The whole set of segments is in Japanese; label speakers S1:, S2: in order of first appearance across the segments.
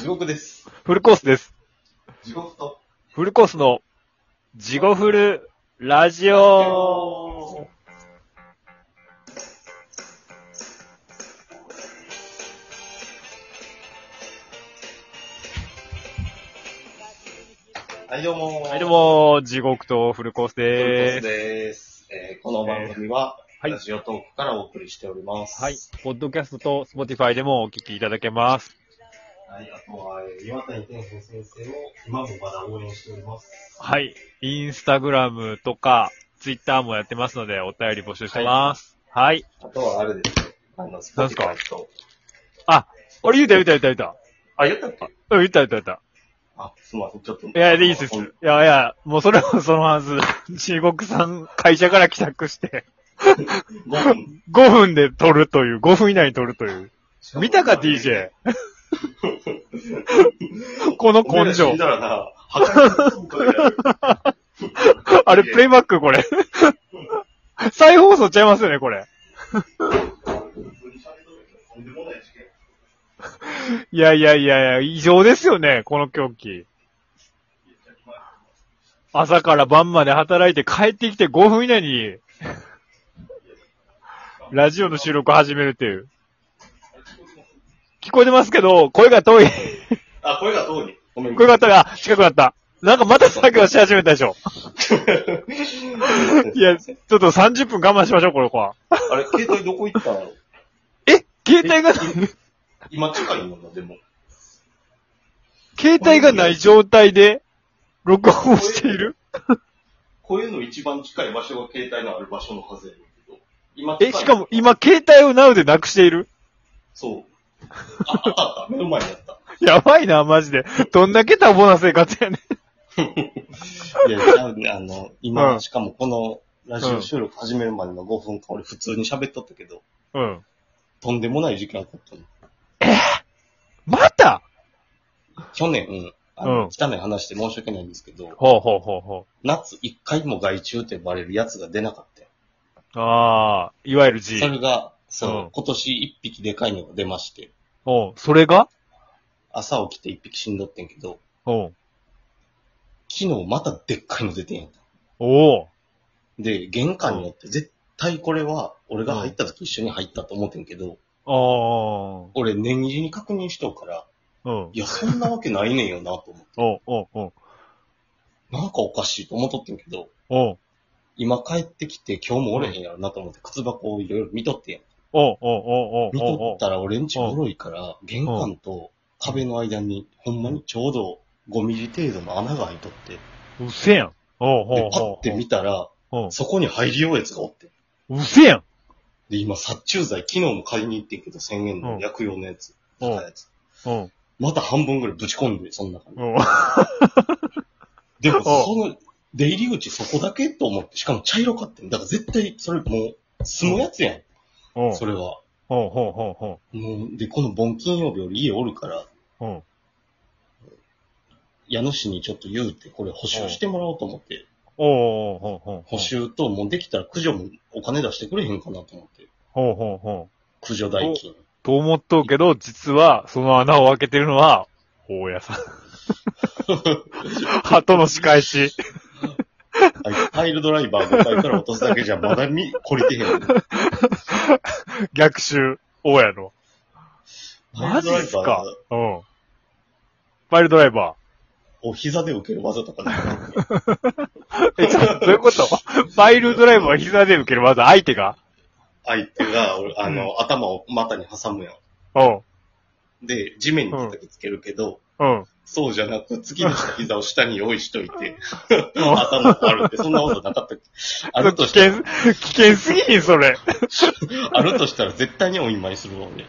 S1: 地獄です。
S2: フルコースです。
S1: 地獄と。
S2: フルコースの、ジゴフルラジオ
S1: はい、どうもー。
S2: はい、どうも、地獄とフルコース
S1: フルコース
S2: です。
S1: です。えーこの番組は、
S2: はい
S1: ラジオトークからお送りしております。
S2: はい、ポッドキャストとスポティファイでもお聞きいただけます。
S1: はい、あとは、えー岩谷天平先生を今もまだ応援しております。
S2: はい、インスタグラムとか、ツイッターもやってますので、お便り募集してます。はい。
S1: あとは、あれですよ。あの、スポ
S2: なん
S1: テ
S2: す
S1: ィフ
S2: か
S1: ァイと。
S2: あ、俺言うた言うた言うた言うた。
S1: あ、言ったっけ
S2: うん、言った言った言った。
S1: あ、すみません、ちょっと。い
S2: いや、でいいっす。いやいや、もうそれはそのはず。地獄さん、会社から帰宅して、
S1: もう
S2: 5分で撮るという、5分以内に撮るという。見たか ?DJ。こ の根
S1: 俺ら死
S2: 性
S1: ん。だらな、破壊するから
S2: あれ、プレイバックこれ。 再放送ちゃいますよね、これ。
S1: とんでもない事件
S2: いやいやいやいや、異常ですよね、この狂気。朝から晩まで働いて帰ってきて5分以内 に、ラジオの収録始めるっていう。聞こえてますけど、声が遠い。
S1: あ、声が遠い。ごめん。
S2: 声が遠い。あ、近くなった。なんかまた作業し始めたでしょ。いや、ちょっと30分我慢しましょう、この子は。
S1: あれ、携帯どこ行ったの
S2: え携帯がない、
S1: 今近いもんな、でも。
S2: 携帯がない状態で、録音をしている
S1: こういうの一番近い場所が携帯のある場所のはずやねんけど。今近い
S2: え、しかも。今、携帯を NOW でなくしている
S1: そう。あ、あったあった。目の前にあった。
S2: やばいな、マジで。どんだけ多忙な生活やね
S1: いや、ちゃうねあの、今、
S2: うん
S1: しかもこのラジオ収録始めるまでの5分間、俺普通に喋っとったけど、
S2: ん。うん。
S1: とんでもない時間だったの。
S2: また
S1: 去年、うんあの、
S2: うん
S1: 汚い話して申し訳ないんですけど、
S2: ほうほうほうほ
S1: 夏一回も外注ってバレるやつが出なかったよ。
S2: う。ああ、いわゆる G
S1: そ。れが、そう、
S2: うん
S1: 今年一匹でかいのが出まして、
S2: おうそれが
S1: 朝起きて一匹死んどってんけど、
S2: おう
S1: 昨日またでっかいの出てんやん。
S2: おう
S1: で、玄関にあって、絶対これは、俺が入った時一緒に入ったと思ってんけど、
S2: あ
S1: 俺念入りに確認しとうから、
S2: あ。うん。
S1: いや、そんなわけないねんよな、と思って。
S2: おうおうおう
S1: なんかおかしいと思っとってんけど、
S2: おう
S1: 今帰ってきて今日もおれへんやろなと思って靴箱をいろいろ見とってんやん。
S2: おうおうおうおう
S1: 見
S2: お
S1: と
S2: う
S1: ったら俺んち黒いから、玄関と壁の間に、ほんまにちょうど5ミリ程度の穴が開いとって、
S2: おう。うせやん。おう
S1: で
S2: お、う
S1: パッて見たら、
S2: おう
S1: そこに入りようやつがおってん。
S2: おう。うせやん。
S1: で、今殺虫剤、昨日も買いに行ってんけど、1000円の薬用のやつ、
S2: うん
S1: 高いやつ。
S2: おう
S1: また半分ぐらいぶち込んで、そんな感じ。
S2: おう。
S1: でも、
S2: ん
S1: その、出入り口そこだけと思って、しかも茶色かってん。だから絶対、それもう、住むやつや
S2: お
S1: ん。
S2: う
S1: それは。
S2: ほうほうほうほ
S1: もう、で、この盆金曜日俺家おるから、
S2: う。うん。
S1: 家主にちょっと言うて、これ補修してもらおうと思って、
S2: おうおうほうほう。
S1: 補修と、もうできたら駆除もお金出してくれへんかなと思って、
S2: ほうほうほう。
S1: 駆除代金。
S2: と思っとうけど、実は、その穴を開けてるのは、大家さ ん。鳩の仕返し。
S1: あいつタイルドライバー5階から落とすだけじゃまだ見、懲 りてへん。
S2: 逆襲。大家の。マジ
S1: タイルド
S2: っす
S1: ライバ
S2: か
S1: ー
S2: うん。パイルドライバ
S1: お膝で受ける技とかね。
S2: ー。え、ちょっと、どういうことパイルドライバーは膝で受ける技、相手が
S1: 相手 が、俺あの、頭を股に挟むやん。
S2: うん。
S1: で、地面に叩きつけるけど、
S2: うん。
S1: そうじゃなく、次の膝を下に用意しといて、
S2: うん
S1: 頭をあるって、そんなことなかった っけあると
S2: 危
S1: したら、
S2: 険、危険すぎひん、それ。
S1: あるとしたら絶対にお見舞いするわ、俺。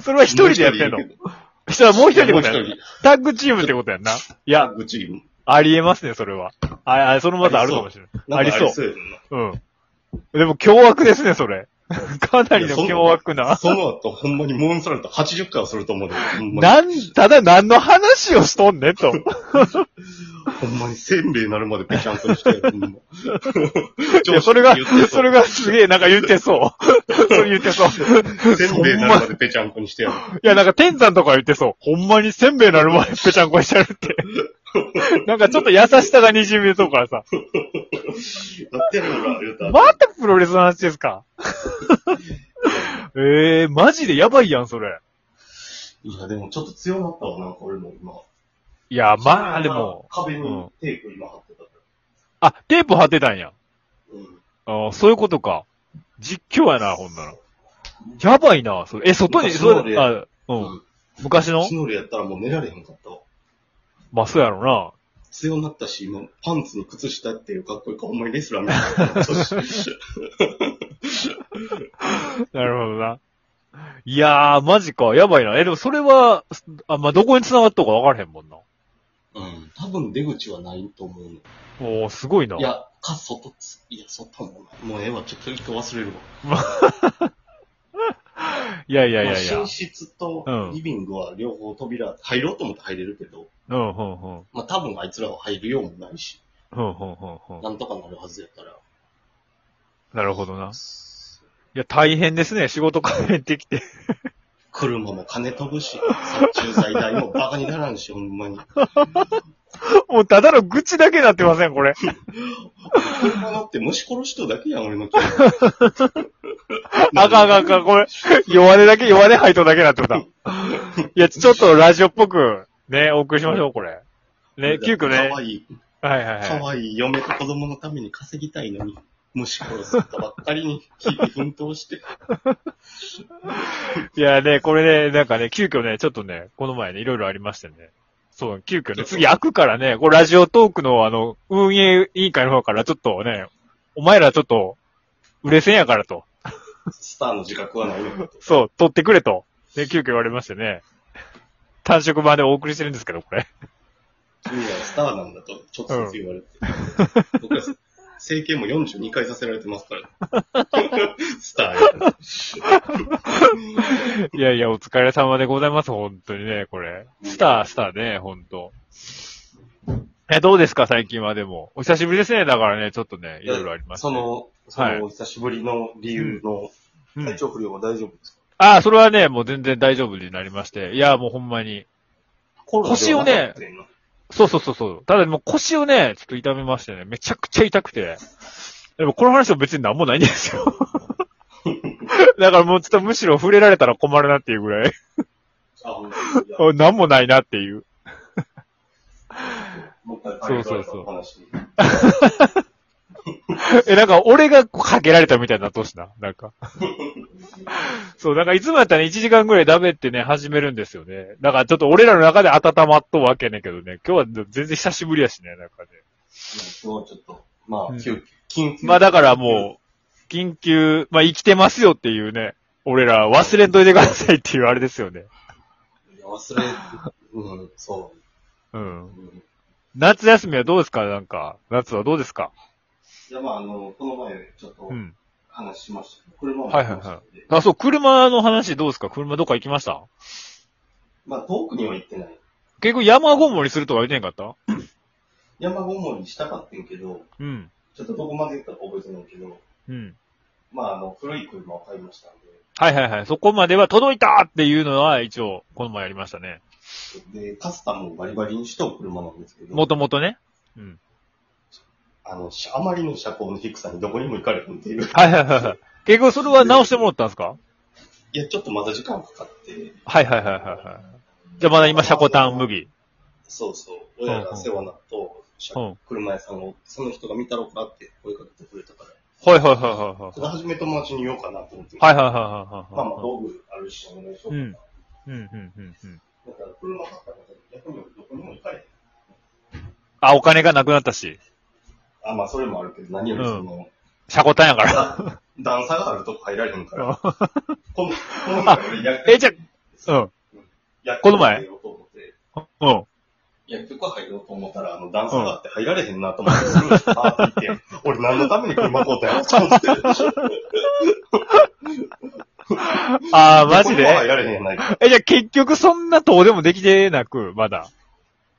S2: それは一人でやってんの
S1: もう一人いるけど
S2: そしたらもう一人って
S1: もう
S2: こと
S1: 一
S2: やん。
S1: 人。
S2: タッグチームってことやんな。いや、
S1: うちに
S2: ありえますね、それは。あ、あそのまたあるかもしれない。ありそう。
S1: うやん
S2: うん。でも凶悪ですね、それ。かなりの凶悪
S1: な。
S2: な。
S1: その後、ほんまにモンスラルと80回はすると思うで。ほんまに
S2: なん、ただ何の話をしとんねんと。
S1: ほんまにせんべいになるまでぺちゃんこにして、 ほんま。
S2: いや、それが
S1: 上司に言っ、て
S2: それがすげえ、なんか言っ てそう。それ言ってそう。
S1: せんべいになるまでぺちゃんこにしてやる。
S2: いや、なんか天山とか言ってそう。ほんまにせんべいなるまでぺちゃんこにしてや るって。なんかちょっと優しさが滲み出そうから
S1: やっ
S2: さ。
S1: てるのが、言うたら。
S2: またプロレスの話で すかええー、マジでやばいやん、それ。
S1: いや、でもちょっと強なったわ、なんか俺も今。
S2: いや、まあでも。。
S1: 壁にテープ今貼ってたか
S2: あ、テープ貼ってたんや。
S1: ら。うん。
S2: ああ、そういうことか。実況やな、ほんなら。やばいな、それ。え、外に、
S1: 昔の
S2: そ
S1: 俺
S2: れ、あ、う。
S1: うん
S2: 昔の
S1: スノールやったらもう寝られへんかったわ。
S2: まあ、そうやろな。
S1: 強なったし、今、パンツに靴下っていうかっこいいか、ほんまにレスラーみたいな。
S2: なるほどな。いやー、マジか。やばいな。え、でもそれは、あ、まあ、どこに繋がったか分からへんもんな。
S1: うん。多分出口はないと思うの。
S2: おー、すごいな。
S1: いや、か、外つ、いや、外もない。もうええわ、ちょっと一回忘れるわ。
S2: いやいやい
S1: まあ
S2: やいや。
S1: 寝室と
S2: うん
S1: リビングは両方扉、入ろうと思って入れるけど、
S2: うん、うん、うん。うん、
S1: まあ多分あいつらは入るようもないし、
S2: うん、うん、うん。
S1: なんとかなるはずやから。
S2: なるほどな。いや、大変ですね。仕事帰ってきて。
S1: 車も金飛ぶし、殺虫剤代もバカにならんし、ほんまに。
S2: もう、ただの愚痴だけなってません、これ。
S1: 車乗って虫殺しとだけやん、俺の気分
S2: あかんあかんあかん、これ。弱音だけ、弱音吐いとだけなってことだ。いや、ちょっとラジオっぽく、ね、お送りしましょう、これ。ね、急遽ね。
S1: かわ
S2: はい
S1: い、
S2: いはい
S1: か
S2: は
S1: わいい嫁と子供のために稼ぎたいのに、虫殺すったばっかりに、日々奮闘して。
S2: い。いやね、これね、なんかね、急遽ね、ちょっとね、この前ね、いろいろありましてね。そう、急遽ね、次開くからね、これラジオトークのあの、運営委員会の方からちょっとね、お前らちょっと、売れ線やからと。
S1: スターの自覚はないの。
S2: そう、取ってくれと。ね、急遽言われましてね。単色版でお送りしてるんですけど、これ。
S1: 君はスターなんだと、直接言われて。僕は整形も42回させられてますから。 スターやから。
S2: いやいや、お疲れ様でございます、本当にね、これ。スター、スターね、本当。え、どうですか、最近はでも。お久しぶりですね、だからね、ちょっとね、いろいろあります、
S1: そ
S2: ね。
S1: の、その、お久しぶりの理由の
S2: うん
S1: 体調不良は大丈夫ですか、
S2: ああ、それはね、もう全然大丈夫になりまして。いや、もうほんまに。
S1: コロナではなかったよな
S2: そうそうそうそう。ただもう腰をね、ちょっと痛めましてね、めちゃくちゃ痛くて。でもこの話は別になんもないんで すよ。だからもうちょっとむしろ触れられたら困るなっていうぐらい。
S1: あ、ほんといや
S2: あなんもないなっていう。
S1: もう一回そうそう話に。
S2: え、なんか、俺がかけられたみたいになとしな。なんか。 そう、なんか、いつもやったらね、1時間ぐらいダメってね、始めるんですよね。だから、ちょっと俺らの中で温まっとうわけねんけどね。今日は全然久しぶりやしね、なんかね。
S1: もうちょっと、まあ、
S2: うん
S1: 急遽、緊急。
S2: まあ、だからもう、緊急、まあ、生きてますよっていうね。俺ら、忘れんといてくださいっていうあれですよね。
S1: いや忘れ、うん、そうう。
S2: ん。
S1: うん
S2: 夏休みはどうですかなんか、夏はどうですか
S1: いや、まあ、あの、この前、ちょっと
S2: う、ん。
S1: 話しましたけど。これも、
S2: はいはいはい。あ、そう、車の話どうですか車どっか行きました
S1: まあ、遠くには行ってない。
S2: 結構山ごもりするとか言ってへんかった
S1: 山ごもりしたかってんけど、
S2: うん。
S1: ちょっとどこまで行ったか覚えてないけど、
S2: うん。
S1: まあ、あの、古い車を買いましたん
S2: はいはいはい。そこまでは届いたっていうのは一応、この前やりましたね。
S1: で、で、カスタムをバリバリにしとう車なんですけど、
S2: もともとね。うん。
S1: あの、しあまりの車高の低さにどこにも行かれへんっていう。
S2: はいはいはいはい。結局それは直してもらったんですか
S1: いや、ちょっとまだ時間かかって、
S2: はいはいはいはいはい。じゃあまだ今、シャコタン麦。
S1: そうそう、親が世話なと、車
S2: うん
S1: 車屋さんを、その人が見たろうかって声かけてくれたから、
S2: はいはいはいはい
S1: ちょっと初め友達に言おうかなと思って。。
S2: はい。はいいはいはい
S1: まあまあ、
S2: は
S1: 道具あるし、お願いしようか
S2: う
S1: な。
S2: んい。うんうんうんうん。
S1: だから車買ったら逆にどこにも行かれへん。
S2: あ、お金がなくなったし。
S1: あ、まあ、それもあるけど、何よりその、
S2: シャコタンやから。
S1: 段差があるとこ入られへんから。この、この前
S2: あ
S1: 俺薬
S2: え、じゃあ、
S1: 薬
S2: この
S1: 局
S2: 前
S1: 入ろうと思って、
S2: うん。うん。
S1: 薬局入ろうと思ったら、あの、段差があって入られへんなと思って、それにパーって行って、俺何のために車買うたんやろと思って。
S2: あー、マジ
S1: ここは入
S2: で
S1: られへんやないか。
S2: え、じゃあ結局そんな遠でもできてなく、まだ。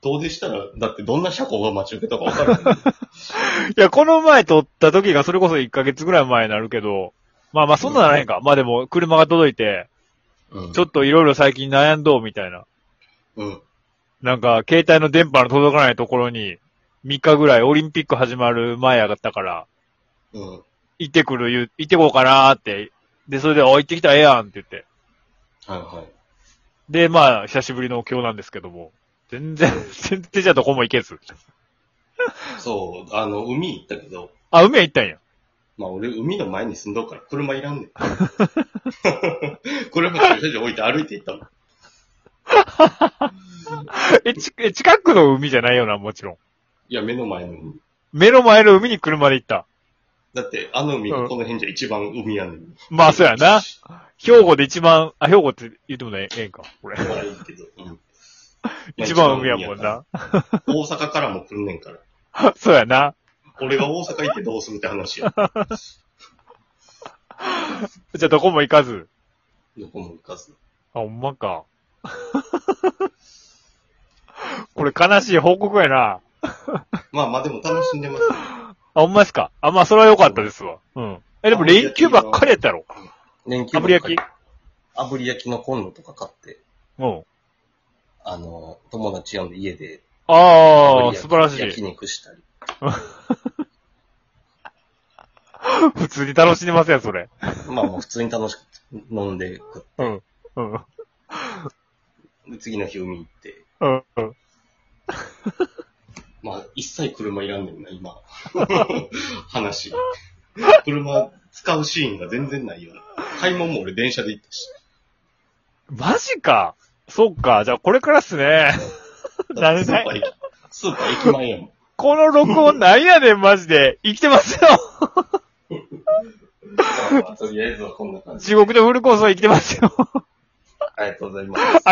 S1: 遠出したら、だってどんな車庫が待ち受けたかわかるもんね。
S2: いや、この前撮った時がそれこそ1ヶ月ぐらい前になるけど、まあまあそんなならへんか。まあでも、車が届いて、
S1: うん
S2: ちょっといろいろ最近悩んどうみたいな。
S1: うん。
S2: なんか、携帯の電波の届かないところに、3日ぐらいオリンピック始まる前やったから、
S1: うん。
S2: 行ってくる言う、行ってこうかなーって。で、それで、あ、行ってきたらええやんって言って。
S1: はいはい。
S2: で、まあ、久しぶりの今日なんですけども、全然、 全然じゃどこも行けず。
S1: そう、あの、海行ったけど、
S2: あ、海は行ったんや。
S1: まあ俺、海の前に住んどるから、車いらんね ん。車駐車場置いて歩いて行ったの。
S2: え、ち、え、近くの海じゃないよな、もちろん。
S1: いや、目の前の海。
S2: 目の前の海に車で行った。
S1: だって、あの海
S2: うん
S1: がこの辺じゃ一番海やねん。
S2: まあ、そうやな。兵庫で一番、あ、兵庫って言ってもね、ええんか、これ。
S1: まあいいけど。うん
S2: 一番海やもん。
S1: まあ
S2: な。
S1: 一番海やから大阪からも来んねんから。
S2: そうやな。
S1: 俺が大阪行ってどうするって話 や。
S2: じゃあどこも行かず。
S1: どこも行かず。
S2: あ、ほんま か。これ悲しい報告やな。
S1: まあまあでも楽しんでます。
S2: あ、ほんまですか。あ、まあ、それは良かったですわ。うん。え、でも連休ばっかりやったろ。
S1: 年休
S2: 炙り焼き。
S1: 炙り焼きのコンロとか買って、
S2: うん。
S1: あの、友達呼んで家で
S2: あ
S1: 炙
S2: あ、
S1: り焼き
S2: 素晴らし
S1: 焼
S2: い。
S1: 肉したり。
S2: 普通に楽しんでますやん、それ。
S1: まあまあ普通に楽しく飲んで食っ
S2: うん。うん。
S1: で次の日海行って。
S2: うん。
S1: まあ一切車いらんねんな、 今。話。車使うシーンが全然ないよな。買い物も俺電車で行った し。
S2: マジか。そっか。じゃあ、これからっすね。なれ
S1: スー
S2: ない
S1: パー行き、スーパー行き前やもん。
S2: この録音なんやねん、マジで。生きてますよ。
S1: まあまあとりあえずはこんな感じ。
S2: 地獄のフルコースは生きてますよ。
S1: ありがとうございます。